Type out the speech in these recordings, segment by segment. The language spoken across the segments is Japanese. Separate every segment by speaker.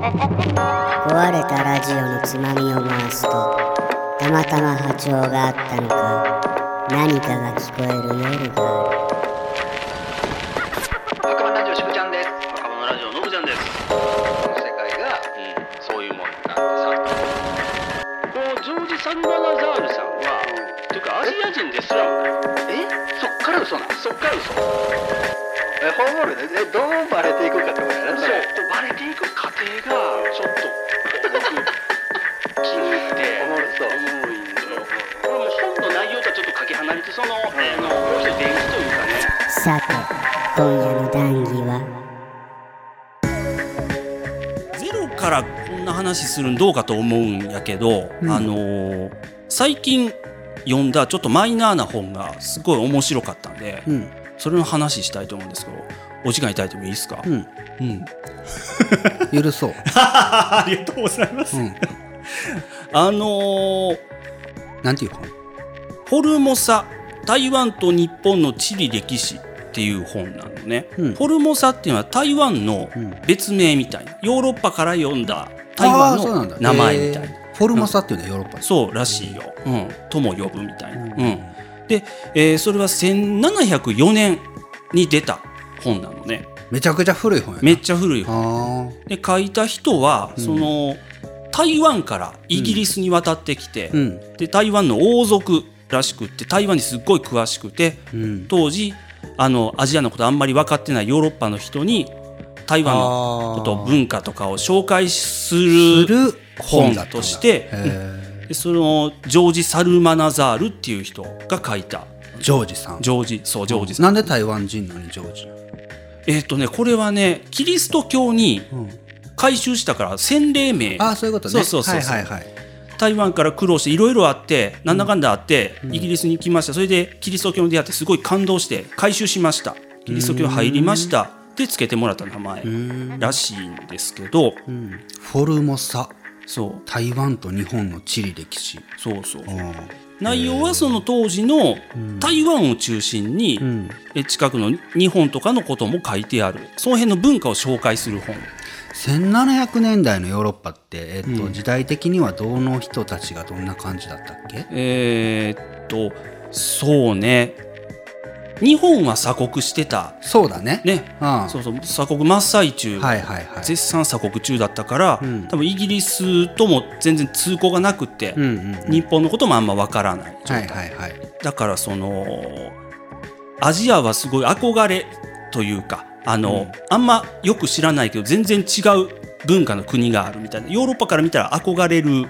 Speaker 1: 壊れたラジオのつまみを回すとたまたま波長があったのか何かが聞こえる夜がある
Speaker 2: 若者ラジオしぶちゃんです若者ラジオのぶちゃんですこの世界が、そういうもんなんでさこのジョージ・サルマナザールさんは、というかアジア人ですらもえそっから嘘なそっから嘘
Speaker 3: えホームルでえどうバレていくかってことやな
Speaker 2: そう
Speaker 3: それ
Speaker 2: バレていく過程がちょっと僕気に入って
Speaker 3: おもろそう
Speaker 2: おもろいんだよこれもう本の内容とはちょっとかけ離れてその、えーのもう一人伝説というかね
Speaker 1: さて今夜の談義は
Speaker 4: ゼロからこんな話するんどうかと思うんやけど、
Speaker 5: うん
Speaker 4: あのー最近読んだちょっとマイナーな本がすごい面白かったんで、
Speaker 5: うん
Speaker 4: それの話したいと思うんですけどお時間いただいてもいいですか、
Speaker 5: うん
Speaker 4: うん、
Speaker 5: 許そう
Speaker 4: ありがとうございます、
Speaker 5: うん
Speaker 4: あのー
Speaker 5: なんていう本
Speaker 4: ホルモサ台湾と日本の地理歴史っていう本なのね、
Speaker 5: うん
Speaker 4: ホルモサっていうのは台湾の
Speaker 5: うん
Speaker 4: 別名みたいなヨーロッパから読んだ台湾
Speaker 5: あーそうな
Speaker 4: の
Speaker 5: んだ
Speaker 4: 名前みたいな
Speaker 5: えーフォルモサっていうのはヨーロッパう
Speaker 4: そうらしいよ、うん、とも呼ぶみたいな、うん
Speaker 5: うん
Speaker 4: で、えーそれは1704年に出た本なのね
Speaker 5: めちゃくちゃ古い本やな
Speaker 4: めっちゃ古い本
Speaker 5: あー
Speaker 4: で書いた人は、
Speaker 5: うん
Speaker 4: その台湾からイギリスに渡ってきて、
Speaker 5: うん
Speaker 4: で台湾の王族らしくって台湾にすっごい詳しくて
Speaker 5: うん
Speaker 4: 当時あのアジアのことあんまり分かってないヨーロッパの人に台湾の
Speaker 5: あー
Speaker 4: こと文化とかを紹介する
Speaker 5: する
Speaker 4: 本
Speaker 5: だったんだ
Speaker 4: として
Speaker 5: へー
Speaker 4: でそのジョージ・サルマナザールっていう人が書いた
Speaker 5: ジョージさん
Speaker 4: ジョージそうジョージさん、
Speaker 5: なんで台湾人なのにジョージ
Speaker 4: えっ、とねこれはねキリスト教に改宗したから洗礼名
Speaker 5: ああそういうことね
Speaker 4: そうそうそうそう
Speaker 5: はいはいはい
Speaker 4: 台湾から苦労していろいろあってなんだかんだあって、イギリスに来ましたそれでキリスト教に出会ってすごい感動して改宗しましたキリスト教に入りましたでつけてもらった名前らしいんですけど、
Speaker 5: フォルモサ
Speaker 4: そう
Speaker 5: 台湾と日本の地理歴史
Speaker 4: そうそう
Speaker 5: うん
Speaker 4: 内容はその当時の台湾を中心に、え近くの日本とかのことも書いてあるその辺の文化を紹介する本
Speaker 5: 1700年代のヨーロッパって、えっと時代的にはどの人たちがどんな感じだったっけ
Speaker 4: えーっとそうね日本は鎖国してた
Speaker 5: そうだね
Speaker 4: ね
Speaker 5: うん
Speaker 4: そうそう鎖国真っ最中、
Speaker 5: はいはいはい
Speaker 4: 絶賛鎖国中だったから、
Speaker 5: うん
Speaker 4: 多分イギリスとも全然通行がなくて、
Speaker 5: うんうんうん
Speaker 4: 日本のこともあんまわからない
Speaker 5: はいはいはい
Speaker 4: だからそのアジアはすごい憧れというかあの、あんまよく知らないけど全然違う文化の国があるみたいなヨーロッパから見たら憧れる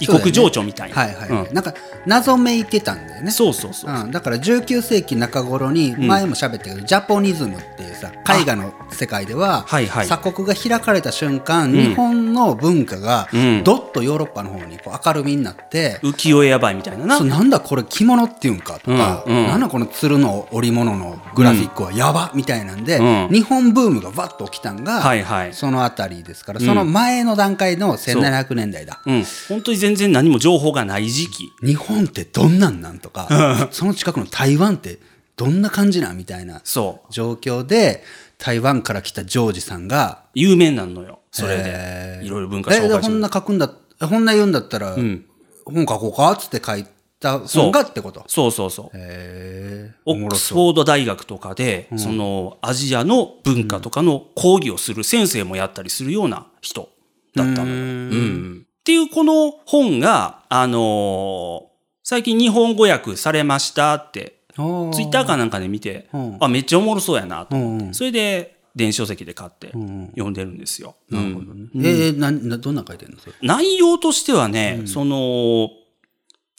Speaker 4: 異
Speaker 5: そうだよね
Speaker 4: 国情緒みたいな。
Speaker 5: はいはいはい、
Speaker 4: うん
Speaker 5: なんか謎めいてたんだよね
Speaker 4: そうそうそう、
Speaker 5: うん、だから19世紀中頃に
Speaker 4: ん
Speaker 5: 前も喋ったけど、ジャポニズムっていうさ絵画の世界では、
Speaker 4: はいはい
Speaker 5: 鎖国が開かれた瞬間、
Speaker 4: ん
Speaker 5: 日本の文化が
Speaker 4: うん
Speaker 5: どっとヨーロッパの方にこう明るみになって、
Speaker 4: 浮世絵やばいみたいなな
Speaker 5: そうなんだこれ着物っていうんかとか、
Speaker 4: うんうん
Speaker 5: なんだこの鶴の織物のグラフィックはやばみたいなんで、
Speaker 4: うん
Speaker 5: 日本ブームがバッと起きたんが、
Speaker 4: はいはい
Speaker 5: その辺りですから、
Speaker 4: うん
Speaker 5: その前の段階の1700年代だ。
Speaker 4: うん、本当に全然何も情報がない時期
Speaker 5: 日本ってどんなんなんと か、その近くの台湾ってどんな感じなんみたいな
Speaker 4: そう
Speaker 5: 状況で、台湾から来たジョージさんが、
Speaker 4: 有名なのよそれ
Speaker 5: え
Speaker 4: で
Speaker 5: ー
Speaker 4: いろいろ文化紹
Speaker 5: えで
Speaker 4: 介
Speaker 5: こ
Speaker 4: す
Speaker 5: ん
Speaker 4: る
Speaker 5: な書くんだ、こんな言うんだったら、
Speaker 4: ん
Speaker 5: 本書こうかっつって書いた本がってこと。
Speaker 4: そうそうそう
Speaker 5: へー
Speaker 4: オ
Speaker 5: おも
Speaker 4: ッ
Speaker 5: ろ
Speaker 4: クス
Speaker 5: そう
Speaker 4: フォード大学とかで、そのアジアの文化とかの講義をする先生もやったりするような人だったのよ。うんっていうこの本が、あのー最近日本語訳されましたって、
Speaker 5: あ
Speaker 4: ツイッターかなんかで見て、
Speaker 5: ん
Speaker 4: あ、めっちゃおもろそうやなと思って、
Speaker 5: うんうん
Speaker 4: それで電子書籍で買って読んでるんですよ。うん
Speaker 5: えー、ななどんなん書いてんのそれ
Speaker 4: 内容としてはね、その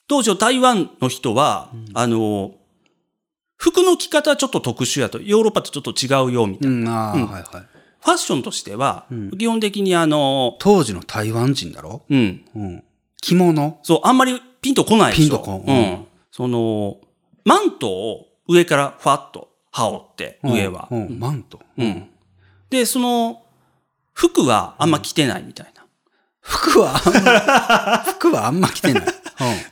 Speaker 4: 当時の台湾の人は、あの服の着方はちょっと特殊やとヨーロッパとちょっと違うよみたいな、
Speaker 5: うん、あーはいはい。
Speaker 4: ファッションとしては、基本的にあの、
Speaker 5: 当時の台湾人だろ、
Speaker 4: うん、
Speaker 5: うん、着物
Speaker 4: そうあんまりピンとこないでしょ
Speaker 5: ピンとこ
Speaker 4: う
Speaker 5: うん
Speaker 4: んそのマントを上からファッと羽織って、上は、
Speaker 5: うんうんマント。
Speaker 4: うんでその服はあんま着てないみたいな。
Speaker 5: 服はあんま、服はあんま着てない。う
Speaker 4: ウ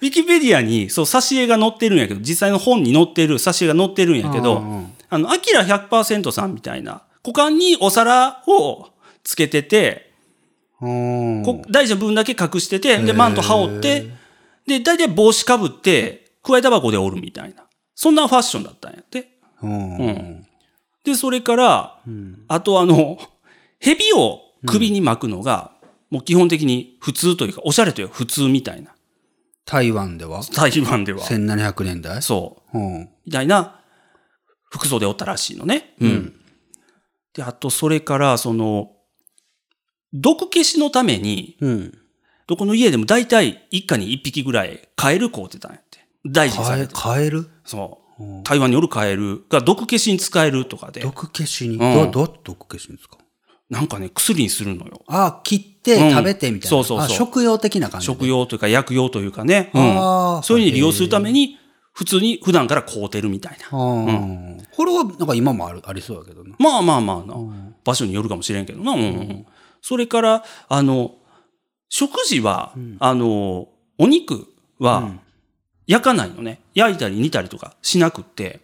Speaker 4: ィキペディアにそう挿絵が載ってるんやけど実際の本に載ってる挿絵が載ってるんやけど、
Speaker 5: うんうん
Speaker 4: あの、アキラ100%さんみたいな、股間にお皿をつけてて、
Speaker 5: うん
Speaker 4: こ大事な分だけ隠してて、で、
Speaker 5: ー
Speaker 4: マント羽織って、で、大体帽子かぶって、くわえタバコでおるみたいな。そんなファッションだったんやって。
Speaker 5: うん
Speaker 4: うんで、それから、あとあの、蛇を首に巻くのが、もう基本的に普通というか、おしゃれというか普通みたいな。
Speaker 5: 台湾では
Speaker 4: 台湾では。
Speaker 5: 1700年代
Speaker 4: そう。
Speaker 5: うん
Speaker 4: みたいな服装でおったらしいのね。うん。で、あと、それから、その、毒消しのために、
Speaker 5: うん
Speaker 4: どこの家でも大体一家に一匹ぐらいカエル飼うてたんやって。大事にさ
Speaker 5: カ
Speaker 4: れ
Speaker 5: エ
Speaker 4: てた
Speaker 5: カエル
Speaker 4: そう。台湾によるカエルが毒消しに使えるとかで、
Speaker 5: 毒消しに、
Speaker 4: ん
Speaker 5: どど毒消しにですか
Speaker 4: なんかね、薬にするのよ。
Speaker 5: ああ切って
Speaker 4: うん
Speaker 5: 食べてみたいな、
Speaker 4: そうそうそう
Speaker 5: あ食用的な感じで
Speaker 4: 食用というか薬用というかね。
Speaker 5: あ
Speaker 4: う
Speaker 5: ー
Speaker 4: ん。そういうふうに利用するために、普通に普段から飼うてるみたいな。
Speaker 5: うんこれはなんか今もあるありそうだけどな
Speaker 4: まあまあまあな、場所によるかもしれんけどな、うんそれからあの食事は、あのお肉は焼かないのね焼いたり煮たりとかしなくって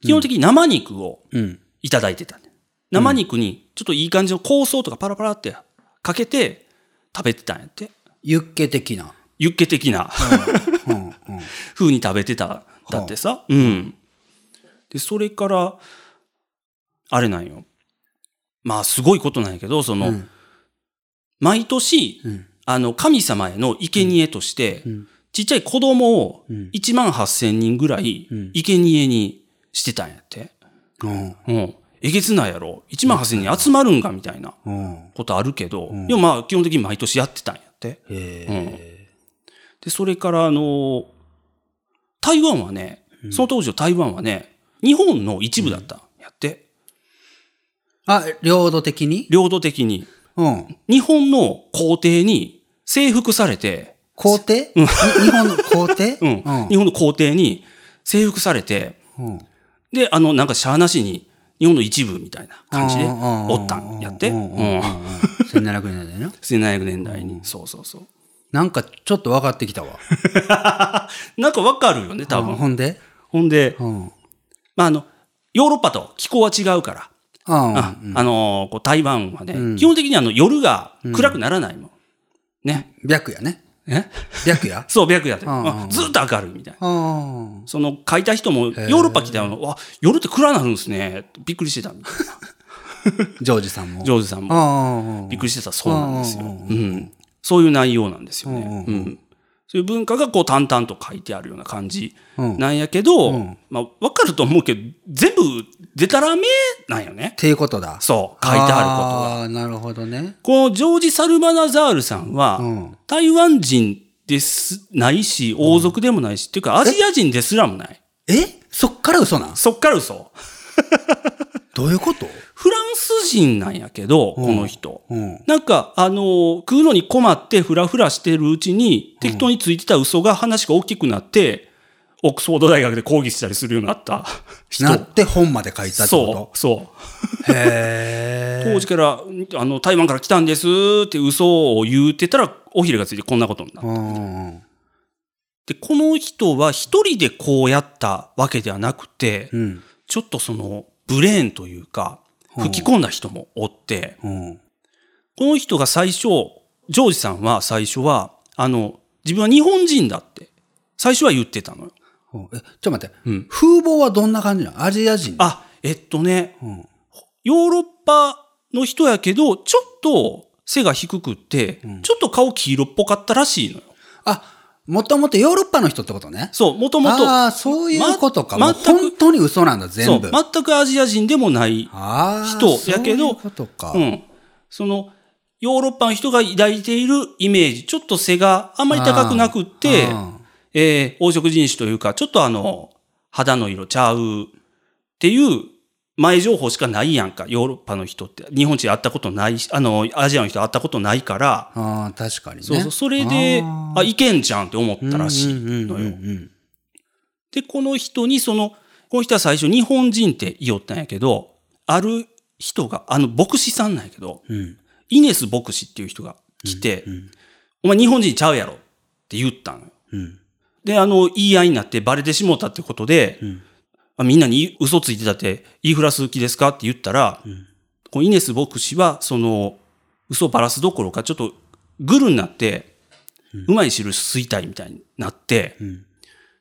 Speaker 4: 基本的に生肉を
Speaker 5: うん
Speaker 4: いただいてたね、生肉にちょっといい感じの香草とかパラパラってかけて食べてたんやって
Speaker 5: ユッケ的な、
Speaker 4: ユッケ的な、
Speaker 5: うんうん、
Speaker 4: 風に食べてただってさ、うんでそれからあれなんよまあすごいことなんやけどその、
Speaker 5: うん
Speaker 4: 毎年、
Speaker 5: うん
Speaker 4: あの神様への生贄として、
Speaker 5: ん
Speaker 4: ちっちゃい子供を
Speaker 5: ん
Speaker 4: 1万8,000人ぐらい
Speaker 5: うん
Speaker 4: 生贄にしてたんやって、
Speaker 5: うん
Speaker 4: うん、えげつないやろ1万8,000人集まるんかみたいな
Speaker 5: うん
Speaker 4: ことあるけど、でもまあ基本的に毎年やってたんやって。
Speaker 5: へえ、
Speaker 4: で、それから、あの、台湾はね、その当時の台湾はね、日本の一部だった。やって。
Speaker 5: あ領土的に、
Speaker 4: 領土的に。
Speaker 5: うん、
Speaker 4: 日本の皇帝に征服されて、
Speaker 5: 皇帝、に 日本の皇帝、
Speaker 4: うん。日本の皇帝に征服されて、
Speaker 5: うん
Speaker 4: で、あの、なんかしゃあなしに、日本の一部みたいな感じで、
Speaker 5: うんうんうん
Speaker 4: おったん。やって。
Speaker 5: う
Speaker 4: うん
Speaker 5: うん
Speaker 4: ん。
Speaker 5: 1700年代だよな
Speaker 4: 1700年代に。そうそうそう。
Speaker 5: なんかちょっと分かってきたわ。
Speaker 4: なんかわかるよね、多分。
Speaker 5: ほんで
Speaker 4: ほんで、
Speaker 5: うん。
Speaker 4: まあ、あの、ヨーロッパと気候は違うから、あ
Speaker 5: あ
Speaker 4: あのーこう台湾はね、基本的にあの夜が暗くならないもん。ね。
Speaker 5: 白夜ね。
Speaker 4: え
Speaker 5: 白夜
Speaker 4: そう、白夜で。
Speaker 5: んうん
Speaker 4: あずっと明るいみたいな。
Speaker 5: ああ。
Speaker 4: その書いた人もヨーロッパ来たの、わ、夜って暗なるんですね。びっくりしてたみたいな。
Speaker 5: ジョージさんも。
Speaker 4: ジョージさんも
Speaker 5: あ
Speaker 4: びっくりしてたそうなんですよ。
Speaker 5: う
Speaker 4: うん
Speaker 5: うん
Speaker 4: ん。そういう内容なんですよ
Speaker 5: うんうん
Speaker 4: ね。
Speaker 5: う
Speaker 4: うんん。そういう文化がこう淡々と書いてあるような感じ
Speaker 5: あ。うん。っ
Speaker 4: なんやけど、
Speaker 5: うん
Speaker 4: まあわかると思うけど、全部でたらめなんよね。
Speaker 5: ていうことだ。
Speaker 4: そう、書いてあることが。
Speaker 5: ああ、なるほどね。
Speaker 4: このジョージ・サルバナザールさんは、
Speaker 5: うん
Speaker 4: 台湾人です、ないし、王族でもないし、っていうかアジア人ですらもない。
Speaker 5: えそっから嘘なん
Speaker 4: そっから嘘。
Speaker 5: どういうこと
Speaker 4: フランス人なんやけど、この人。
Speaker 5: うん。
Speaker 4: なんか、あのー食うのに困ってフラフラしてるうちに、適当についてた嘘が話が大きくなって、オックスフォード大学で講義したりするようになった人。
Speaker 5: なって本まで書いたって
Speaker 4: そ
Speaker 5: こ
Speaker 4: う、そう。
Speaker 5: とへえ。
Speaker 4: 当時から、あの、台湾から来たんですって嘘を言うてたら、尾ひれがついてこんなことになった
Speaker 5: うんうん。
Speaker 4: で、この人は一人でこうやったわけではなくて、
Speaker 5: うん。
Speaker 4: ちょっとそのブレーンというか、吹き込んだ人もおって、
Speaker 5: うん。
Speaker 4: この人が最初、ジョージさんは最初は、あの、自分は日本人だって、最初は言ってたのよ。
Speaker 5: うんえ、ちょっと待って、
Speaker 4: うん
Speaker 5: 風貌はどんな感じなのアジア人。
Speaker 4: あ、えっとね、
Speaker 5: うん。
Speaker 4: ヨーロッパの人やけど、ちょっと背が低くって、ちょっと顔黄色っぽかったらしいのよ。
Speaker 5: あ、もともとヨーロッパの人ってことね。
Speaker 4: そう、もともと。
Speaker 5: ああ、そういうことか。
Speaker 4: ま
Speaker 5: もう
Speaker 4: 全く
Speaker 5: 本当に嘘なんだ、
Speaker 4: そ
Speaker 5: 全
Speaker 4: う、
Speaker 5: 部。
Speaker 4: 全くアジア人でもない
Speaker 5: ああ、
Speaker 4: 人やけど
Speaker 5: そういうことか。
Speaker 4: うん、そのヨーロッパの人が抱いているイメージちょっと背があんまり高くなくって
Speaker 5: ああ、
Speaker 4: えー黄色人種というかちょっとあの肌の色ちゃうっていう前情報しかないやんかヨーロッパの人って日本人会ったことないしあのアジアの人会ったことないから、
Speaker 5: ああ、確かにね。
Speaker 4: そうそうそれで
Speaker 5: あ
Speaker 4: あいけんじゃんって思ったらしいのよ。
Speaker 5: うんうんうんうん
Speaker 4: で、この人にその、この人は最初日本人って言おったんやけど、ある人が、あの牧師さんなんやけど、
Speaker 5: うん
Speaker 4: イネス牧師っていう人が来て、お前日本人ちゃうやろって言ったのよ。
Speaker 5: うん
Speaker 4: で、あの、言い合いになってバレてしもうたってことで、あみんなに嘘ついてたって、言いふらす気ですかって言ったら、このイネス牧師は、その、嘘をばらすどころか、ちょっとグルになって、うまい汁吸いたいみたいになって、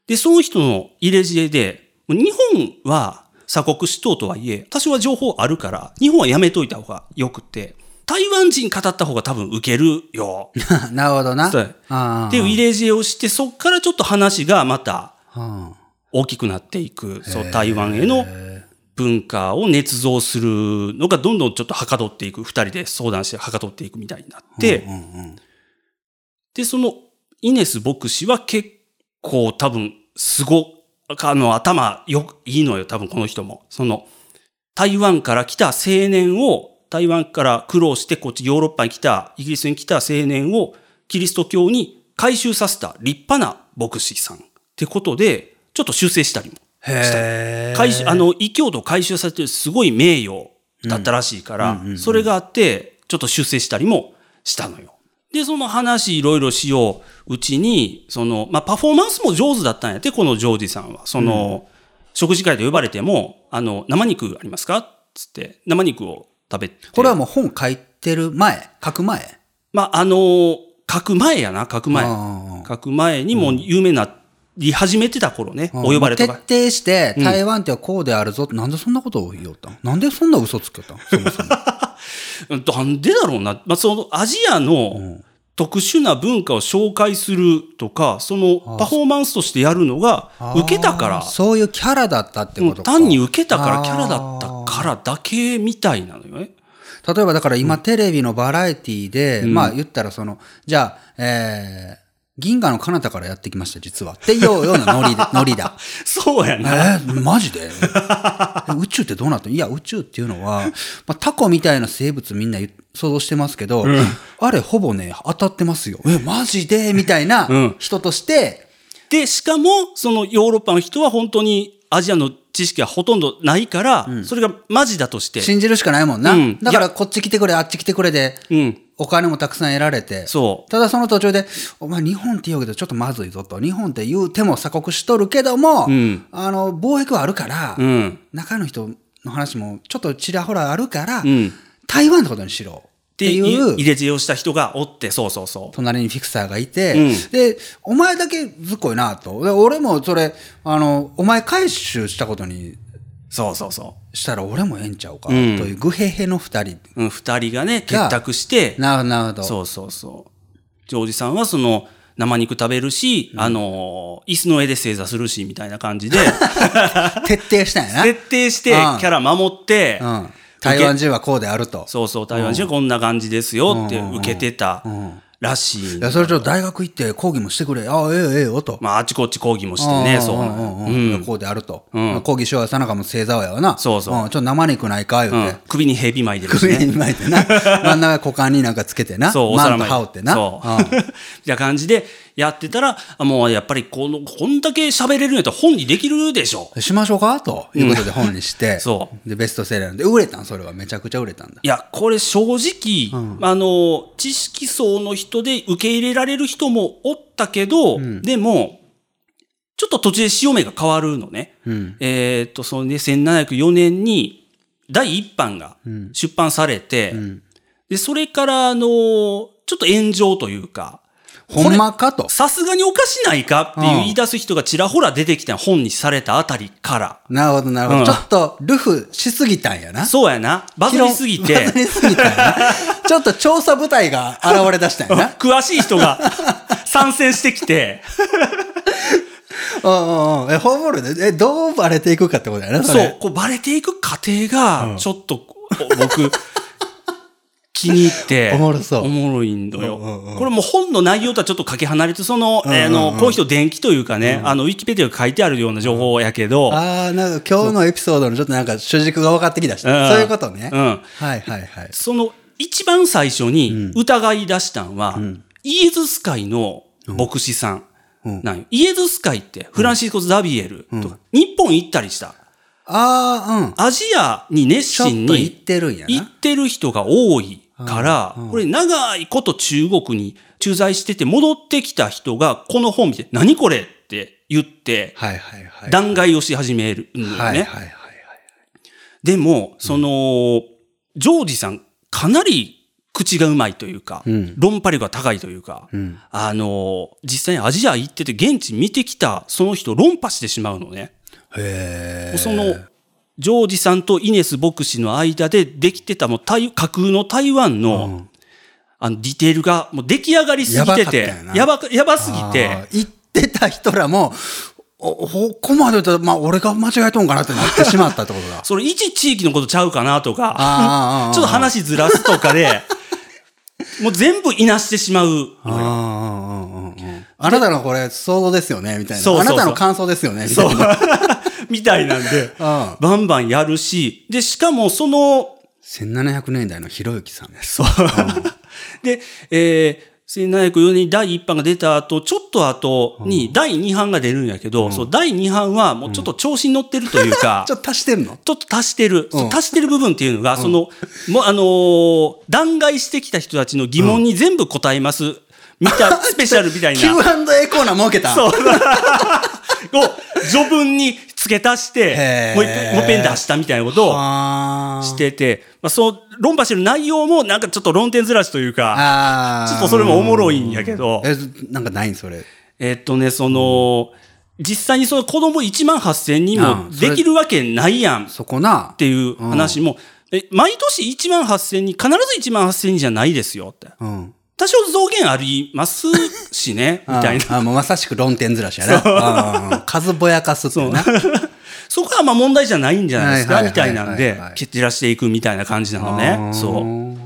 Speaker 4: で、その人の入れ知恵で、もう日本は鎖国しとうとはいえ、多少は情報あるから、日本はやめといた方がよくて、台湾人語った方が多分ウケるよ。
Speaker 5: なるほどな。
Speaker 4: そう
Speaker 5: ああ
Speaker 4: っていう入れ知恵をして、そっからちょっと話がまた
Speaker 5: は
Speaker 4: 大きくなっていく、そう台湾への文化を捏造するのがどんどんちょっとはかどっていく、二人で相談してはかどっていくみたいになって、
Speaker 5: あうんうん
Speaker 4: で、そのイネス牧師は結構多分、すご、あの、頭よく、いいのよ、多分この人も。その、台湾から来た青年を、台湾から苦労して、こっちヨーロッパに来た、イギリスに来た青年を、キリスト教に改宗させた立派な牧師さん。ってことで、ちょっと修正したりも。
Speaker 5: へえ。
Speaker 4: 改宗あの、異教徒を改宗させてるすごい名誉だったらしいから、それがあって、ちょっと修正したりもしたのよ。で、その話いろいろしよううちに、その、まあ、パフォーマンスも上手だったんやって、このジョージさんは。その、食事会で呼ばれても、あの、生肉ありますかつって、生肉を食べて。
Speaker 5: これはもう本書いてる前、書く前。
Speaker 4: まあ、あの、書く前やな、書く前
Speaker 5: あー。
Speaker 4: 書く前にもう有名になり始めてた頃ね、お呼ばれと
Speaker 5: 徹
Speaker 4: か
Speaker 5: 底。して、台湾ってはこうであるぞって、なんでそんなことを言おったんなんでそんな嘘つ けたんそもそも
Speaker 4: なんでだろうな、まあ、そのアジアの特殊な文化を紹介するとか、そのパフォーマンスとしてやるのが受けたか
Speaker 5: あー
Speaker 4: ら、
Speaker 5: そういうキャラだったって
Speaker 4: う
Speaker 5: こ
Speaker 4: ん
Speaker 5: とか。
Speaker 4: 単に受けたからキャラだったからだけみたいなのよね。
Speaker 5: 例えばだから今テレビのバラエティで、まあ言ったらその、じゃあ、えー、銀河の彼方からやってきました、実は。っていうような ノリでノリだ。
Speaker 4: そうや
Speaker 5: え
Speaker 4: な。
Speaker 5: ー、マジで宇宙ってどうなってんいや、宇宙っていうのは、まあ、タコみたいな生物みんな言う想像してますけど、あれほぼね、当たってますよ。え、マジでみたいな
Speaker 4: うん
Speaker 5: 人として、
Speaker 4: で、しかも、そのヨーロッパの人は本当にアジアの知識はほとんどないから、それがマジだとして、
Speaker 5: 信じるしかないもんな。
Speaker 4: うん
Speaker 5: だからこっち来てくれ、あっち来てくれで、
Speaker 4: うん、
Speaker 5: お金もたくさん得られて、
Speaker 4: そう。
Speaker 5: ただその途中で、お前日本って言うけどちょっとまずいぞと。日本って言うても鎖国しとるけども、
Speaker 4: ん
Speaker 5: あの、貿易はあるから、
Speaker 4: うん。
Speaker 5: 中の人の話もちょっとちらほらあるから、
Speaker 4: ん
Speaker 5: 台湾のことにしろ。
Speaker 4: っ
Speaker 5: っ
Speaker 4: てて
Speaker 5: い
Speaker 4: いう
Speaker 5: う
Speaker 4: 入、れ知恵をした人がおって、そうそうそう。
Speaker 5: 隣にフィクサーがいて、
Speaker 4: うん
Speaker 5: で、お前だけずっこいなと。で俺もそれ、あの、お前回収したことに
Speaker 4: そうそうそう。
Speaker 5: したら俺もええんちゃうか、
Speaker 4: ん
Speaker 5: というグヘヘの二人。
Speaker 4: うん、二人がね、結託して、
Speaker 5: なるほど、なるほど。
Speaker 4: そうそうそう。ジョージさんはその生肉食べるし、あの椅子の上で正座するしみたいな感じ で
Speaker 5: 徹底したんやな。
Speaker 4: 徹底してキ
Speaker 5: うん
Speaker 4: ャラ守って、
Speaker 5: うん。台湾人はこうであると。
Speaker 4: そうそう台湾人はこんな感じですよって受けてたらしい
Speaker 5: い。や、それちょっと大学行って講義もしてくれ。ああ、ええよええよ、と。
Speaker 4: まああちこち抗議もしてね、そうなんよ
Speaker 5: ん
Speaker 4: うん
Speaker 5: んこうであると。
Speaker 4: うん
Speaker 5: 講義しようやさなかも正座はやわな。
Speaker 4: そうそうん
Speaker 5: ちょっと生肉ないか、
Speaker 4: う
Speaker 5: 言
Speaker 4: ん
Speaker 5: うて。
Speaker 4: 首に蛇巻いてるし
Speaker 5: 首
Speaker 4: ね。
Speaker 5: に巻いてな。真ん中股間になんかつけてな。
Speaker 4: そう、お
Speaker 5: マ
Speaker 4: 皿
Speaker 5: ント
Speaker 4: 巻い
Speaker 5: 羽織ってな。
Speaker 4: そう。
Speaker 5: うん
Speaker 4: みたいな感じでやってたら、あもうやっぱりこの、こんだけ喋れるんやったら本にできるでしょ。
Speaker 5: しましょうかということで本にして、
Speaker 4: そ
Speaker 5: で、ベストセラーで、売れたん、それは。めちゃくちゃ売れたんだ。
Speaker 4: いや、これ正直、あの、知識層の人で受け入れられる人もおったけど、でも、ちょっと途中で潮目が変わるのね。
Speaker 5: うん。
Speaker 4: えっ、と、そのね、1704年に第一版が出版されて、で、それから、あの、ちょっと炎上というか、
Speaker 5: ほんまかと。
Speaker 4: さすがにおかしないかっていう
Speaker 5: うん
Speaker 4: 言い出す人がちらほら出てきた本にされたあたりから。
Speaker 5: なるほど、なるほ
Speaker 4: うん
Speaker 5: ど。ちょっと、ルフしすぎたんやな。
Speaker 4: そうやな。バズりすぎて
Speaker 5: バ。ズりすぎたんや な。ちょっと調査部隊が現れ出したんやな。
Speaker 4: 詳しい人が参戦してきて、
Speaker 5: うんうんうん。え、ホームルで、え、どうバレていくかってことやな、そ
Speaker 4: そ
Speaker 5: れ。
Speaker 4: う、こうバレていく過程が、ちょっと、こう僕、気に入って、
Speaker 5: おもろそう
Speaker 4: おもろいんだよ。
Speaker 5: うんうんうん
Speaker 4: これもう本の内容とはちょっとかけ離れて、その、あの、この人伝記というかね、あの、ウィキペディアが書いてあるような情報やけど、
Speaker 5: ああ、なんか今日のエピソードのちょっとなんか主軸が分かってきたし、そう
Speaker 4: うん
Speaker 5: いうことね。
Speaker 4: うん
Speaker 5: はいはいはい。
Speaker 4: その一番最初に疑い出したんは、イエズス会の牧師さんなんよ。イエズス会ってフランシスコ・ザビエルとか、日本行ったりした。
Speaker 5: ああ、うん。
Speaker 4: アジアに熱
Speaker 5: ちょっ
Speaker 4: 心
Speaker 5: と言っ
Speaker 4: に
Speaker 5: てるんや
Speaker 4: 行っ
Speaker 5: な。
Speaker 4: てる人が多いから、これ長いこと中国に駐在してて戻ってきた人がこの本見て、何これって言って、
Speaker 5: はいはいはい。
Speaker 4: 弾劾をし始めるんだよね。
Speaker 5: はいはいはいはい。
Speaker 4: でも、その、ジョージさん、かなり口がうまいというか、
Speaker 5: うん
Speaker 4: 論破力が高いというか、
Speaker 5: ん
Speaker 4: あの、実際にアジア行ってて現地見てきたその人を論破してしまうのね。
Speaker 5: へえ。
Speaker 4: その、ジョージさんとイネス牧師の間でできてたもう台架空の台湾の、あのディテールがもう出来上がりすぎて
Speaker 5: やば
Speaker 4: て
Speaker 5: かったよ、な
Speaker 4: やばかやばすぎ
Speaker 5: あ
Speaker 4: て
Speaker 5: ー、言ってた人らも、おここまで言ったら、まあ、俺が間違えとんかなってなってしまったってこと
Speaker 4: 。
Speaker 5: だ
Speaker 4: それ一地域のことちゃうかなと
Speaker 5: あ
Speaker 4: か
Speaker 5: ーあーあ、ー
Speaker 4: ちょっと話ずらすとか で、もう全部いなしてしまう
Speaker 5: あーあーあーあーあなたのこれ想像ですよねみたいな。
Speaker 4: そうそうそう
Speaker 5: あなたの感想ですよねみた
Speaker 4: そう
Speaker 5: いな。。
Speaker 4: みたいなんで、
Speaker 5: ああ
Speaker 4: バンバンやるし、で、しかもその、
Speaker 5: 1700年代のひろゆきさんです。
Speaker 4: そう。で、えー1704年に第1版が出た後、ちょっと後に第2版が出るんやけど、そう、第2版はもうちょっと調子に乗ってるというか、
Speaker 5: ちょっと足してん の
Speaker 4: ちょっと足してる、
Speaker 5: うん
Speaker 4: 足してる部分っていうのが、その、もうあのー弾劾してきた人たちの疑問に全部答えます。みたいな、スペシャルみたいな。
Speaker 5: Q&A コーナー設けた。
Speaker 4: そう。 を、序文に付け足して
Speaker 5: へ、ー
Speaker 4: もう一回もう一遍出したみたいなことを
Speaker 5: あー
Speaker 4: してて、まあ、そう、論破してる内容もなんかちょっと論点ずらしというか、
Speaker 5: あー
Speaker 4: ちょっとそれもおもろいんやけど
Speaker 5: え、なんかないんそれ。
Speaker 4: えっとね、その、実際にその子供1万8000人も
Speaker 5: うんそれ
Speaker 4: できるわけないやんっ
Speaker 5: そこな。
Speaker 4: ていう話も、え毎年1万8000人、必ず1万8000人じゃないですよって。
Speaker 5: うん。
Speaker 4: 多少増減ありますしね、みたいな。
Speaker 5: あーあーもうまさしく論点ずらしやな。あー数ぼやかすっていうな。
Speaker 4: そこはまあ問題じゃないんじゃないですか、
Speaker 5: はいは
Speaker 4: み
Speaker 5: いは
Speaker 4: た
Speaker 5: い
Speaker 4: いなんで
Speaker 5: はいは、い
Speaker 4: 蹴散らしていくみたいな感じなのね。そう。
Speaker 5: う。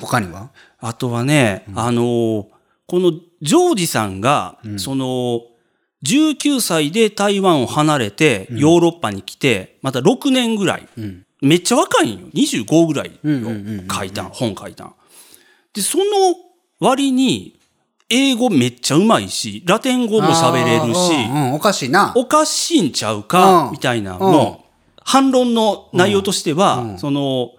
Speaker 5: 他には
Speaker 4: あとはね、あのーこのジョージさんが、その、19歳で台湾を離れて、ヨーロッパに来て、また6年ぐらい。めっちゃ若いんよ。25ぐらいを書いたん、本書いたん。で、その割に、英語めっちゃうまいし、ラテン語も喋れるし、
Speaker 5: あーうんうんおかしいな。
Speaker 4: おかしいんちゃうか、
Speaker 5: うん
Speaker 4: みたいなのの、反論の内容としては、その、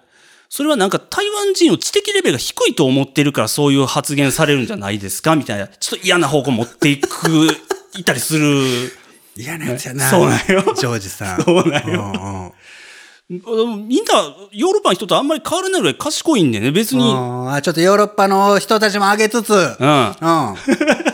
Speaker 4: それはなんか台湾人を知的レベルが低いと思ってるからそういう発言されるんじゃないですかみたいな、ちょっと嫌な方向持っていく、いったりする。
Speaker 5: 嫌なやつやな。
Speaker 4: そうなんよ
Speaker 5: ジョージさん。
Speaker 4: そうなんよ
Speaker 5: うんうん
Speaker 4: みんなヨーロッパの人とあんまり変わらないぐらい賢いんでね、別に。うん。
Speaker 5: うんあちょっとヨーロッパの人たちも上げつつ、うん、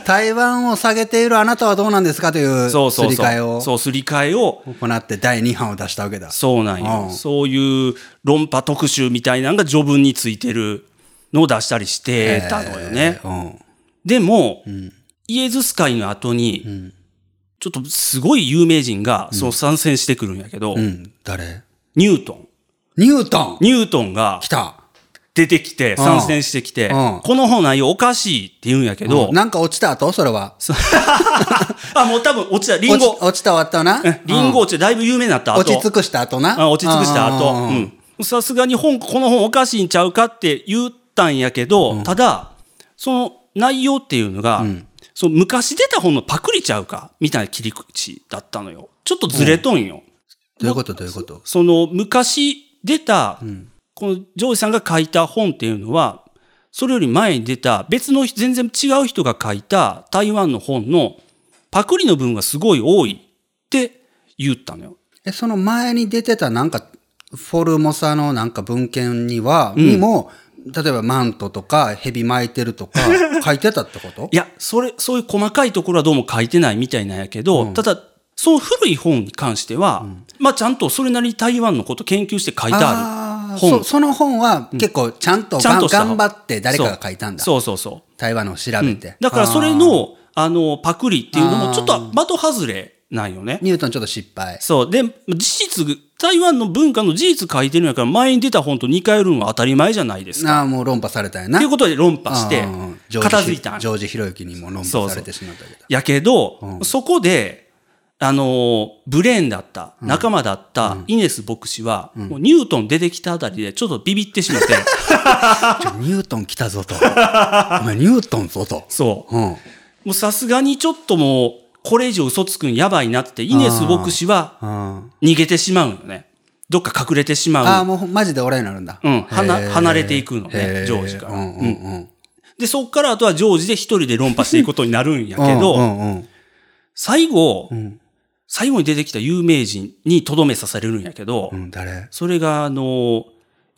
Speaker 5: 台湾を下げているあなたはどうなんですかという
Speaker 4: そう
Speaker 5: す
Speaker 4: そうそう。
Speaker 5: り替えを
Speaker 4: そう、すり替えを。
Speaker 5: 行って第2版を出したわけだ。
Speaker 4: そうなんよ。
Speaker 5: うん
Speaker 4: そういう論破特集みたいなのが序文についてるのを出したりしてたのよね。
Speaker 5: うん。
Speaker 4: でも、イエズス会の後に、ちょっとすごい有名人が、そう参戦してくるんやけど、
Speaker 5: うん。誰
Speaker 4: ニュートン。
Speaker 5: ニュートン
Speaker 4: ニュートンが
Speaker 5: 来た。
Speaker 4: 出てきて、
Speaker 5: ん
Speaker 4: 参戦してきて、
Speaker 5: うん
Speaker 4: この本内容おかしいって言うんやけど、
Speaker 5: なんか落ちた後それは。
Speaker 4: あ、もう多分落ちた、リン
Speaker 5: 落
Speaker 4: ゴ
Speaker 5: ち。落ちた終わったな。
Speaker 4: リンゴ落ちてだいぶ有名になった
Speaker 5: うん
Speaker 4: 後。
Speaker 5: 落ち尽くした後な。
Speaker 4: あ落ち尽くした
Speaker 5: う
Speaker 4: 後
Speaker 5: ん。
Speaker 4: うんさすがに本、この本おかしいんちゃうかって言ったんやけど、ただ、その内容っていうのが、その昔出た本のパクリちゃうかみたいな切り口だったのよ。ちょっとずれとんよ。
Speaker 5: どういうことどういうこと
Speaker 4: その昔出た、このジョージさんが書いた本っていうのは、それより前に出た別の人全然違う人が書いた台湾の本のパクリの部分がすごい多いって言ったのよ。
Speaker 5: え、その前に出てたなんか、フォルモサのなんか文献には、にも、例えばマントとか、蛇巻いてる とか、書いてたってこと
Speaker 4: いや、それ、そういう細かいところはどうも書いてないみたいなんやけど、ただ、その古い本に関しては、まあちゃんとそれなりに台湾のこと研究して書いてあ
Speaker 5: あ
Speaker 4: る
Speaker 5: ー
Speaker 4: 本。
Speaker 5: そその本は結構ちゃんと,、
Speaker 4: ちゃんとした
Speaker 5: 頑張って誰かが書いたんだ。
Speaker 4: そうそうそうそう。
Speaker 5: 台湾のを調べて。
Speaker 4: だからそれ
Speaker 5: あー、
Speaker 4: の、あの、パクリっていうのもちょっと的外れなんよね。
Speaker 5: ニュートンちょっと失敗。
Speaker 4: そう。で、事実、台湾の文化の事実書いてるんやから、前に出た本と2回売るのは当たり前じゃないですか。
Speaker 5: ああ、もう論破されたんやな。
Speaker 4: ということで論破して
Speaker 5: うんうんうん、ジョージ
Speaker 4: 片付いたん
Speaker 5: ジョージ・ヒロユキにも論
Speaker 4: そうそ
Speaker 5: 破
Speaker 4: う
Speaker 5: されてしまったけど。
Speaker 4: やけど、そこで、あのーブレーンだった、仲間だった、イネス牧師は、もうニュートン出てきたあたりでちょっとビビってしまっ て、
Speaker 5: ちょニュートン来たぞ と。お前ニュートンぞと。
Speaker 4: そう。
Speaker 5: うん。
Speaker 4: もうさすがにちょっともう、これ以上嘘つくんやばいなって、イネス牧師は
Speaker 5: あ
Speaker 4: 逃げてしまうのね。どっか隠れてし
Speaker 5: あ
Speaker 4: ま
Speaker 5: ー、
Speaker 4: う。
Speaker 5: もうマジで俺になるんだ。
Speaker 4: うん離
Speaker 5: へー
Speaker 4: 離れていくのね
Speaker 5: へ
Speaker 4: ジョージから
Speaker 5: うんうんうん。
Speaker 4: で、そっからあとはジョージで一人で論破していくことになるんや
Speaker 5: うん
Speaker 4: けど、
Speaker 5: うんうん
Speaker 4: 最後、
Speaker 5: うん。
Speaker 4: 最後に出てきた有名人にとどめ刺されるんやけど、
Speaker 5: うん、誰
Speaker 4: それが、あの、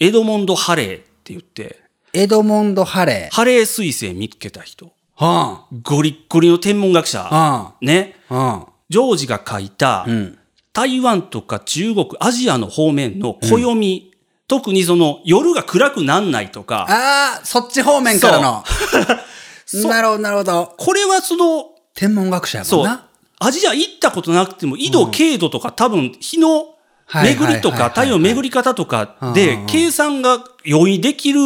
Speaker 4: エドモンド・ハレーって言って、
Speaker 5: エドモンド・ハレー。
Speaker 4: ハレー彗星見つけた人。
Speaker 5: は
Speaker 4: ゴリッゴリの天文学者。
Speaker 5: あ。
Speaker 4: ね。
Speaker 5: ああ。
Speaker 4: ジョージが書いた、
Speaker 5: うん。
Speaker 4: 台湾とか中国、アジアの方面の暦、特にその夜が暗くなんないとか、
Speaker 5: ああ、そっち方面からの。 なるほど、なるほど。
Speaker 4: これはその、
Speaker 5: 天文学者やもん
Speaker 4: そ
Speaker 5: な
Speaker 4: う。。アジア行ったことなくても、緯度、経度とか多分日の
Speaker 5: はいはいはいはい
Speaker 4: 巡りとか、太陽の巡り方とか
Speaker 5: うんうん
Speaker 4: で
Speaker 5: うん
Speaker 4: 計算が容易できる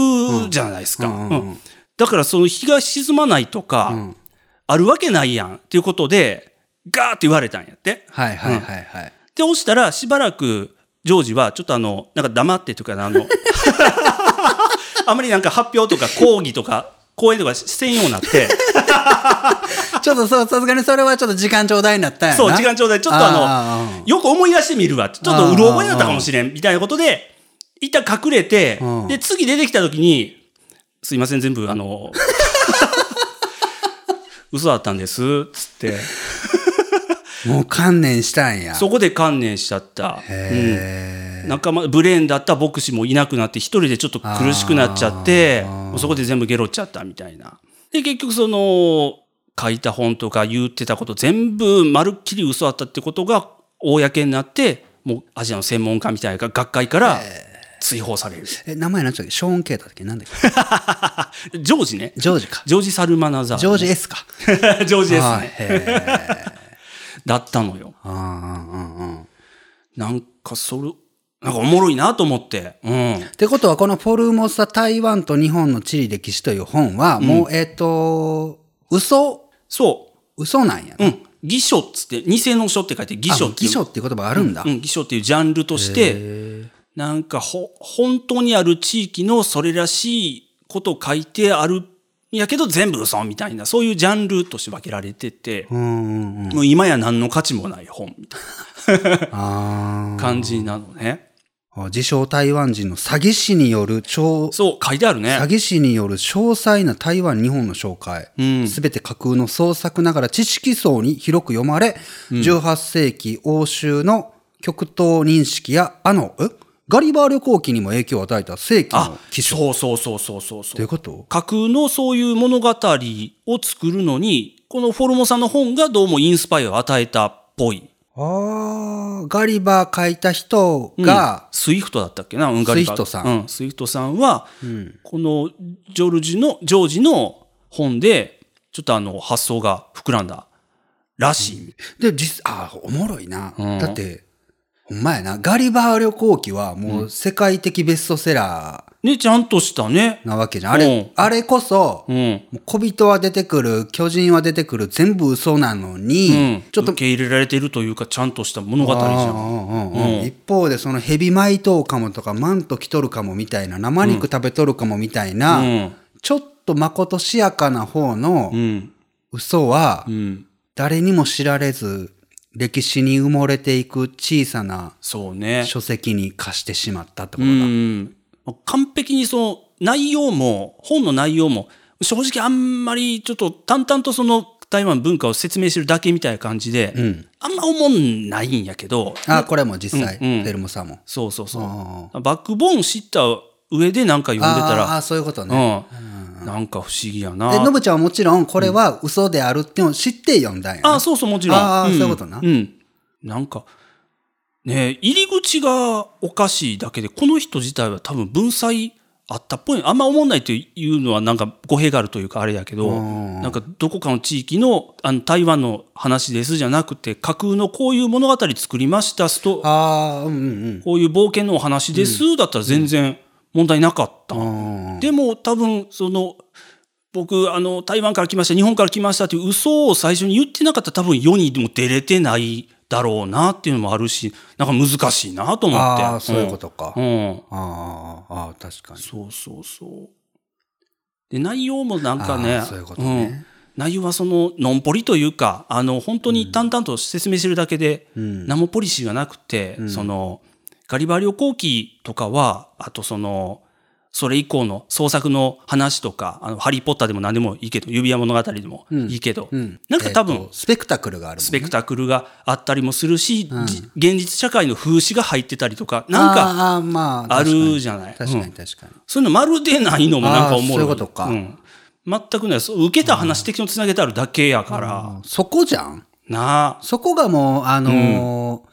Speaker 4: じゃないですか。
Speaker 5: うんうんうん
Speaker 4: うんだからその日が沈まないとか
Speaker 5: ん、
Speaker 4: あるわけないやんっていうことで、ガーって言われたんやって。
Speaker 5: はいはいはいはい。
Speaker 4: で、押したらしばらくジョージはちょっとあの、なんか黙ってというか、 あの、 あまりなんか発表とか講義とか講演とかせんようになって、
Speaker 5: ちょっとそう、さすがにそれはちょっと時間ちょうだいになったんやな。
Speaker 4: そう、時間ちょうだい。ちょっとあ
Speaker 5: あ
Speaker 4: の、よく思い出してみるわ。ちょっとうろ覚えだったかもしれん。みたいなことで、一旦隠れて
Speaker 5: うん、
Speaker 4: で、次出てきた時に、すいません、全部、あ の、嘘だったんです、つって。
Speaker 5: もう観念したんや。
Speaker 4: そこで観念しちゃった。うん
Speaker 5: へえ。
Speaker 4: 仲間、ブレーンだった牧師もいなくなって、一人でちょっと苦しくなっちゃって、
Speaker 5: あー
Speaker 4: もうそこで全部ゲロっちゃったみたいな。で、結局その、書いた本とか言ってたこと全部まるっきり嘘だったってことが公になって、もうアジアの専門家みたいな学会から追放される。
Speaker 5: え、名前なんちゃうっけショーン・ケイだっけなんだっけ
Speaker 4: ジョージね。
Speaker 5: ジョー ジか。
Speaker 4: ジョージ・サルマナザー。
Speaker 5: ジョージ S か。
Speaker 4: ジ。ジョージです
Speaker 5: はい
Speaker 4: ね。
Speaker 5: へえ。
Speaker 4: だったのよ。
Speaker 5: うんうんうんうん。っ
Speaker 4: なんかそれ、なんかおもろいなと思って。うん。
Speaker 5: てことは、このフォルモサ台湾と日本の地理歴史という本は、もう、えっ、と、嘘、
Speaker 4: そ
Speaker 5: 嘘なんや
Speaker 4: う。
Speaker 5: な。
Speaker 4: うん。偽書っつって、偽の書って書いて偽書
Speaker 5: あ
Speaker 4: って
Speaker 5: 偽
Speaker 4: いう
Speaker 5: 書っていう言葉があるんだ。
Speaker 4: うん、偽書っていうジャンルとして、なんかほ、本当にある地域のそれらしいことを書いてあるんやけど全部嘘みたいな、そういうジャンルとして分けられてて、
Speaker 5: うんうんうん。
Speaker 4: もう今や何の価値もない本みたい
Speaker 5: あ
Speaker 4: な
Speaker 5: ー
Speaker 4: 感じなのね。
Speaker 5: あ。自称台湾人の詐欺師による超、
Speaker 4: そう、書いてある
Speaker 5: 詐
Speaker 4: ね。
Speaker 5: 欺師による詳細な台湾、日本の紹介
Speaker 4: うん。
Speaker 5: すべ、て架空の創作ながら知識層に広く読まれ、18世紀欧州の極東認識や、あの、えガリバー旅行記にも影響を与えた世紀
Speaker 4: あ
Speaker 5: の、記書。
Speaker 4: そうそうそうそうそう
Speaker 5: と
Speaker 4: そ
Speaker 5: いう
Speaker 4: う。
Speaker 5: こと
Speaker 4: 架空のそういう物語を作るのに、このフォルモさんの本がどうもインスパイアを与えたっぽい。
Speaker 5: ああ、ガリバー書いた人が
Speaker 4: うん、スイフトだったっけな、うんガリバー
Speaker 5: スイフトさん
Speaker 4: うん、スイフトさんは、
Speaker 5: うん
Speaker 4: このジョルジュの、ジョージの本で、ちょっとあの、発想が膨らんだらしい。
Speaker 5: で、実、ああ、おもろいな。
Speaker 4: うん
Speaker 5: だって、ほんまやな。ガリバー旅行記はもう世界的ベストセラ
Speaker 4: ね、ちゃんとしたね
Speaker 5: ー。なわけじゃん。あ
Speaker 4: うん
Speaker 5: れ、あれこそ、
Speaker 4: うん。
Speaker 5: もう小人は出てくる、巨人は出てくる、全部嘘なの
Speaker 4: う
Speaker 5: に
Speaker 4: ん、、
Speaker 5: ちょっと
Speaker 4: 受、け入れられてるというか、ちゃんとした物語じゃん。
Speaker 5: うんうんうん
Speaker 4: うん
Speaker 5: 一方でそのヘビマイトウカモとかマント着とるかもみたいな生肉食べとるかもみたいな、
Speaker 4: うん。
Speaker 5: ちょっとまことしやかな方の
Speaker 4: うん。
Speaker 5: 嘘は
Speaker 4: うん。
Speaker 5: 誰にも知られず歴史に埋もれていく小さな
Speaker 4: そうね。
Speaker 5: 書籍に貸してしまったってこ
Speaker 4: う
Speaker 5: とだ。
Speaker 4: ん。完璧にその内容も、本の内容も、正直あんまりちょっと淡々とその台湾文化を説明してるだけみたいな感じで、
Speaker 5: うん
Speaker 4: あんま思んないんやけど、
Speaker 5: あこれも実際、
Speaker 4: う
Speaker 5: フ
Speaker 4: んうん
Speaker 5: ェルモさんも。
Speaker 4: そうそうそう。
Speaker 5: あ
Speaker 4: バックボーン知った上でなんか読んでた
Speaker 5: あ
Speaker 4: ら、
Speaker 5: ーそういうことね。
Speaker 4: うん、なんか不思議やな。
Speaker 5: で、のぶちゃんはもちろん、これは嘘であるっていうのを知って読んだんやな。
Speaker 4: ああ、そうそう、もちろん。
Speaker 5: あー
Speaker 4: ん
Speaker 5: そういうことな
Speaker 4: うん。なんか、ねえ入り口がおかしいだけで、この人自体は多分文才あったっぽい。あんま思んないというのはなんか語弊があるというかあれやけど、
Speaker 5: うん
Speaker 4: なんかどこかの地域のあの台湾の話ですじゃなくて、架空のこういう物語作りました、スト
Speaker 5: ああ、うんうん
Speaker 4: こういう冒険のお話です、だったら全然問題なかった。
Speaker 5: うん。あー
Speaker 4: でも多分その僕あの台湾から来ました日本から来ましたっていう嘘を最初に言ってなかったら多分世にも出れてないだろうなっていうのもあるしなんか難しいなと思って
Speaker 5: あー、そういうことか。
Speaker 4: うん、うん
Speaker 5: あーあー、確かに。
Speaker 4: そうそうそうで内容もなんかね
Speaker 5: あーそういうことね
Speaker 4: うん、内容はそののんぽりというかあの本当に淡々と説明してるだけで、
Speaker 5: うん
Speaker 4: 何もポリシーがなくて、そのガリバー旅行記とかはあとそのそれ以降の創作の話とか、あの、ハリーポッターでも何でもいいけど、指輪物語でもいいけど、なんか多分、
Speaker 5: えっとスペクタクルがあるもんね
Speaker 4: スペクタクルがあったりもするし、じ現実社会の風刺が入ってたりとか、なんか、
Speaker 5: あーあーまあ
Speaker 4: あるじゃない
Speaker 5: 確か
Speaker 4: うん
Speaker 5: に確かに
Speaker 4: そういうのまるでないのもなんか思う。
Speaker 5: あーそういうことか
Speaker 4: ん全くない。そう受けた話的につなげてあるだけやから、
Speaker 5: 確かにそこじゃん
Speaker 4: なあ、
Speaker 5: そこがもうあの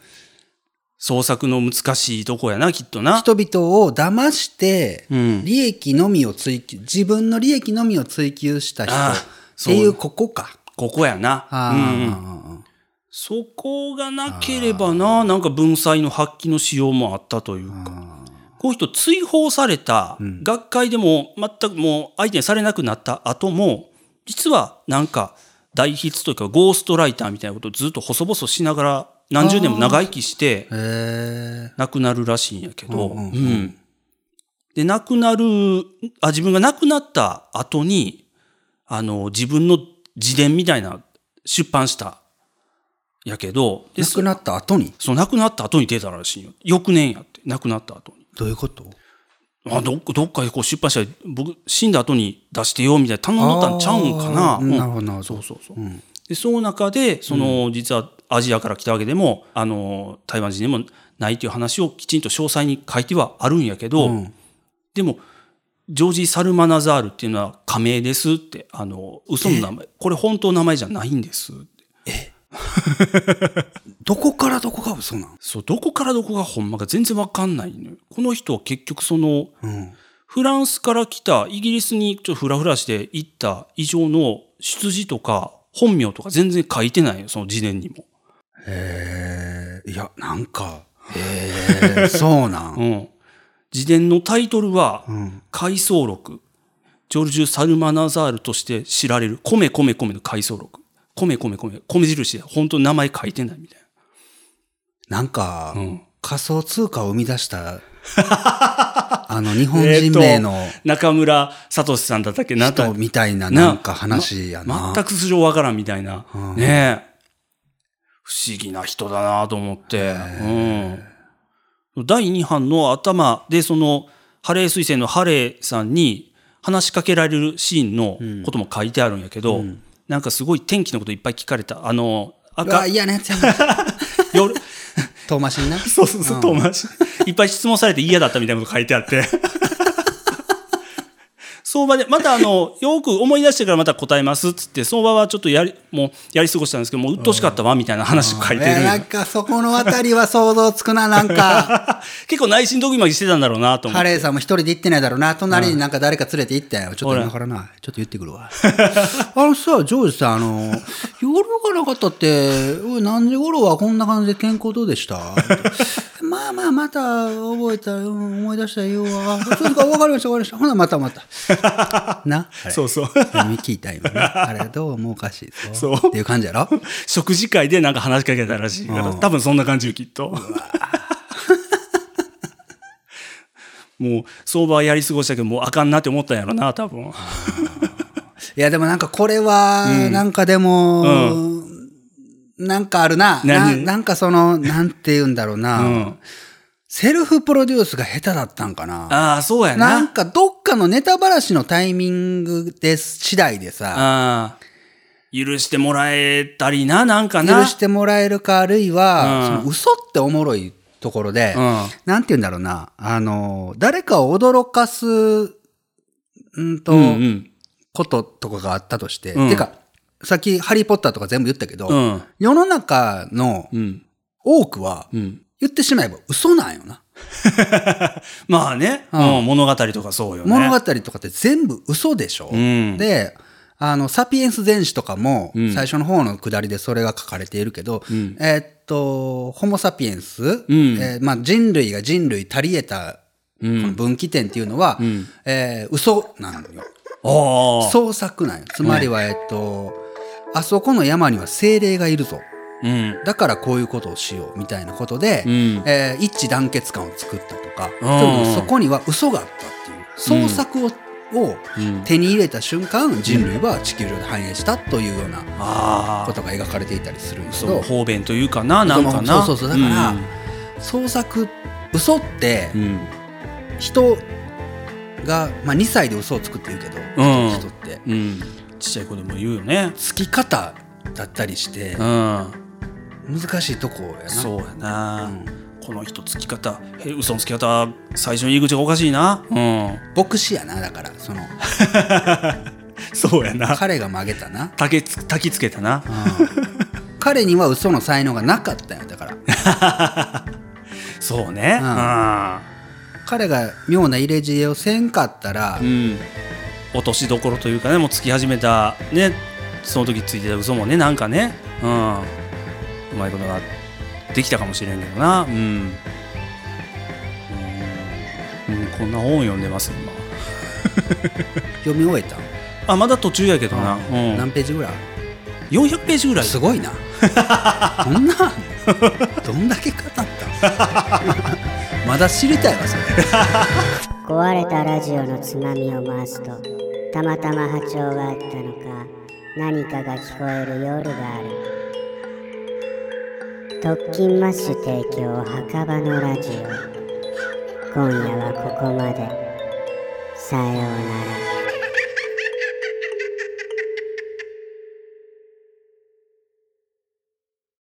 Speaker 4: 創作の難しいとこやな、きっとな。
Speaker 5: ー人々を騙して
Speaker 4: うん
Speaker 5: 利益のみを追求自分の利益のみを追求した人
Speaker 4: あー
Speaker 5: っていうここか
Speaker 4: ここやな。
Speaker 5: あ
Speaker 4: うんうん
Speaker 5: ー
Speaker 4: そこがなければな、なんか文才の発揮のしようもあったというか。こういう人追放された、学会でも全くもう相手にされなくなった後も、実はなんか大ヒッツというかゴーストライターみたいなことをずっと細々しながら何十年も長生きして
Speaker 5: へえ
Speaker 4: 亡くなるらしいんやけど、うんで、亡くなる、あ、自分が亡くなった後に、あの、自分の自伝みたいな出版した、やけど、で
Speaker 5: 亡くなった後に
Speaker 4: そう、亡くなった後に出たらしいよ。翌年やって、亡くなった後に。
Speaker 5: どういうこと
Speaker 4: あどっどっかでこう出版社で僕死んだ後に出してよみたいな頼んどったんちゃうんかな、
Speaker 5: あー
Speaker 4: うん
Speaker 5: なるほどなるほど
Speaker 4: そうそうそう、でその中でその、実はアジアから来たわけでもあの台湾人でもないという話をきちんと詳細に書いてはあるんやけど、でもジョージ・サルマナザールっていうのは仮名ですってあの嘘の名前これ本当の名前じゃないんですって
Speaker 5: どこからどこが嘘なん
Speaker 4: そうどこからどこがほんまか全然わかんないのよこの人は結局その
Speaker 5: うん
Speaker 4: フランスから来たイギリスにちょっとフラフラして行った以上の出自とか本名とか全然書いてないよその事前にも。
Speaker 5: へえいやなんかへえそうなん
Speaker 4: うん、自伝のタイトルは
Speaker 5: ん
Speaker 4: 「回想録」ジョルジュ・サルマナザールとして知られる「米米米」の回想録「米米米」米印で本当に名前書いてないみたい
Speaker 5: なんか、
Speaker 4: な。うん
Speaker 5: 仮想通貨を生み 出した、あの、日本人名の
Speaker 4: えーと中村聡さんだったっけなんか
Speaker 5: 人みたいな、なんか話や
Speaker 4: ま
Speaker 5: な。
Speaker 4: 全く素性わからんみたいな。ねえ。不思議な人だなと思って。うん。第2版の頭で、その、ハレー彗星のハレーさんに話しかけられるシーンのことも書いてあるんやけど、なんかすごい天気のこといっぱい聞かれた。あの、
Speaker 5: うわ、
Speaker 4: 赤、
Speaker 5: 嫌なやつやな。
Speaker 4: 夜、
Speaker 5: 遠回しに な。
Speaker 4: そうそうそう、遠回し。いっぱい質問されて嫌だったみたいなこと書いてあ って。相場で、またあの、よく思い出してからまた答えますっつって、相場はちょっとやり、もうやり過ごしたんですけど、もう鬱陶しかったわ、みたいな話を書いてる。
Speaker 5: えーなんか、そこのあたりは想像つくな、なんか。
Speaker 4: 結構内心ドキマキしてたんだろうなと思っ
Speaker 5: ハ
Speaker 4: て。
Speaker 5: レーさんも一人で行ってないだろうな。隣になんか誰か連れて行ったよ。ちょっ
Speaker 4: ほ
Speaker 5: と
Speaker 4: ら
Speaker 5: 今からな。ちょっと言ってくるわ。 あのさ、ジョージさん、あの、夜がなかったって、おい何時頃はこんな感じで健康どうでした まあまあ、また覚えた、うん思い出したら言うわ。そうか、わかりました、わかりました。ほな、また また。な。
Speaker 4: そうそう。
Speaker 5: 読み聞いた今ね。あれ、どうもおかしいぞ。
Speaker 4: そう
Speaker 5: っていう感じやろ
Speaker 4: 食事会でなんか話しかけたらしいから、多分そんな感じよ、きっと。 もう相場はやり過ごしたけど、もうあかんなって思ったんやろな、多分。
Speaker 5: いや、でもなんかこれは、なんかでも、なんかあるなな。
Speaker 4: 何
Speaker 5: なんかその、なんて言うんだろうな。
Speaker 4: うん。
Speaker 5: セルフプロデュースが下手だったんかな。
Speaker 4: ああ、そうやな。
Speaker 5: なんかどっかのネタばらしのタイミングです次第でさ、
Speaker 4: ああ。許してもらえたりな、なんかな。
Speaker 5: 許してもらえるか、あるいは、
Speaker 4: うん
Speaker 5: その嘘っておもろいところで、
Speaker 4: うん
Speaker 5: なんて言うんだろうな。あの、誰かを驚かす、うんと、
Speaker 4: うんうん。
Speaker 5: こととかがあったとして、
Speaker 4: うん
Speaker 5: てか、さっきハリーポッターとか全部言ったけど、
Speaker 4: うん。
Speaker 5: 世の中の
Speaker 4: うん。
Speaker 5: 多くは、
Speaker 4: うん。
Speaker 5: 言ってしまえば嘘なんよな。
Speaker 4: まあね、
Speaker 5: うん
Speaker 4: うん、物語とかそうよね。
Speaker 5: 物語とかって全部嘘でしょ、
Speaker 4: うん
Speaker 5: で、あの、サピエンス全史とかも、
Speaker 4: うん
Speaker 5: 最初の方の下りでそれが書かれているけど、
Speaker 4: ん
Speaker 5: えーっと、ホモ・サピエンス、
Speaker 4: ん
Speaker 5: えーまあ、人類が人類足り得た、この分岐点っていうのは、えー嘘なのよ。
Speaker 4: ああ。
Speaker 5: 創作なんよ。つまりは、えーっと、あそこの山には精霊がいるぞ。
Speaker 4: うん。
Speaker 5: だからこういうことをしようみたいなことで、
Speaker 4: うん
Speaker 5: えー一致団結感を作ったとか、
Speaker 4: ん
Speaker 5: でもそこには嘘があったっていう創作を,、を手に入れた瞬間人類は地球上で繁栄したというような
Speaker 4: あ
Speaker 5: こ
Speaker 4: あ。
Speaker 5: とが描かれていたりするんですけ
Speaker 4: そう、
Speaker 5: ど
Speaker 4: 方便というかな、なんかな。
Speaker 5: そうそうそうだから、創作嘘って
Speaker 4: うん。うん。
Speaker 5: 人が、まあ、2歳で嘘をつくって言うけど、
Speaker 4: うん
Speaker 5: 人って
Speaker 4: うん。ちっちゃい子でも言うよね。
Speaker 5: つき方だったりして
Speaker 4: うん。
Speaker 5: 難しいとこやな
Speaker 4: そうやな、
Speaker 5: うん
Speaker 4: この人つき方へ嘘のつき方最初の入り口がおかしいなうん
Speaker 5: 牧師やなだから その
Speaker 4: そうやな
Speaker 5: 彼が曲げたな、
Speaker 4: たけつたきつけたな
Speaker 5: うん彼には嘘の才能がなかったんやだから
Speaker 4: そうね
Speaker 5: う
Speaker 4: う
Speaker 5: 彼が妙な入れ知恵をせんかったら、
Speaker 4: ん、うん、落としどころというかねもうつき始めたねその時ついてた嘘もねなんかねうんうまいことができたかもしれんけどなうん、うんうん、こんな本読んでます今
Speaker 5: 読み終えたん、
Speaker 4: あまだ途中やけどな、うん
Speaker 5: 何ページぐらい
Speaker 4: 400ページぐらい
Speaker 5: すごいなそんなどんだけ語ったん まだ知りたいわそれ
Speaker 1: 壊れたラジオのつまみを回すとたまたま波長があったのか何かが聞こえる夜がある特勤マッシュ提供墓場のラジオ今夜はここまでさようなら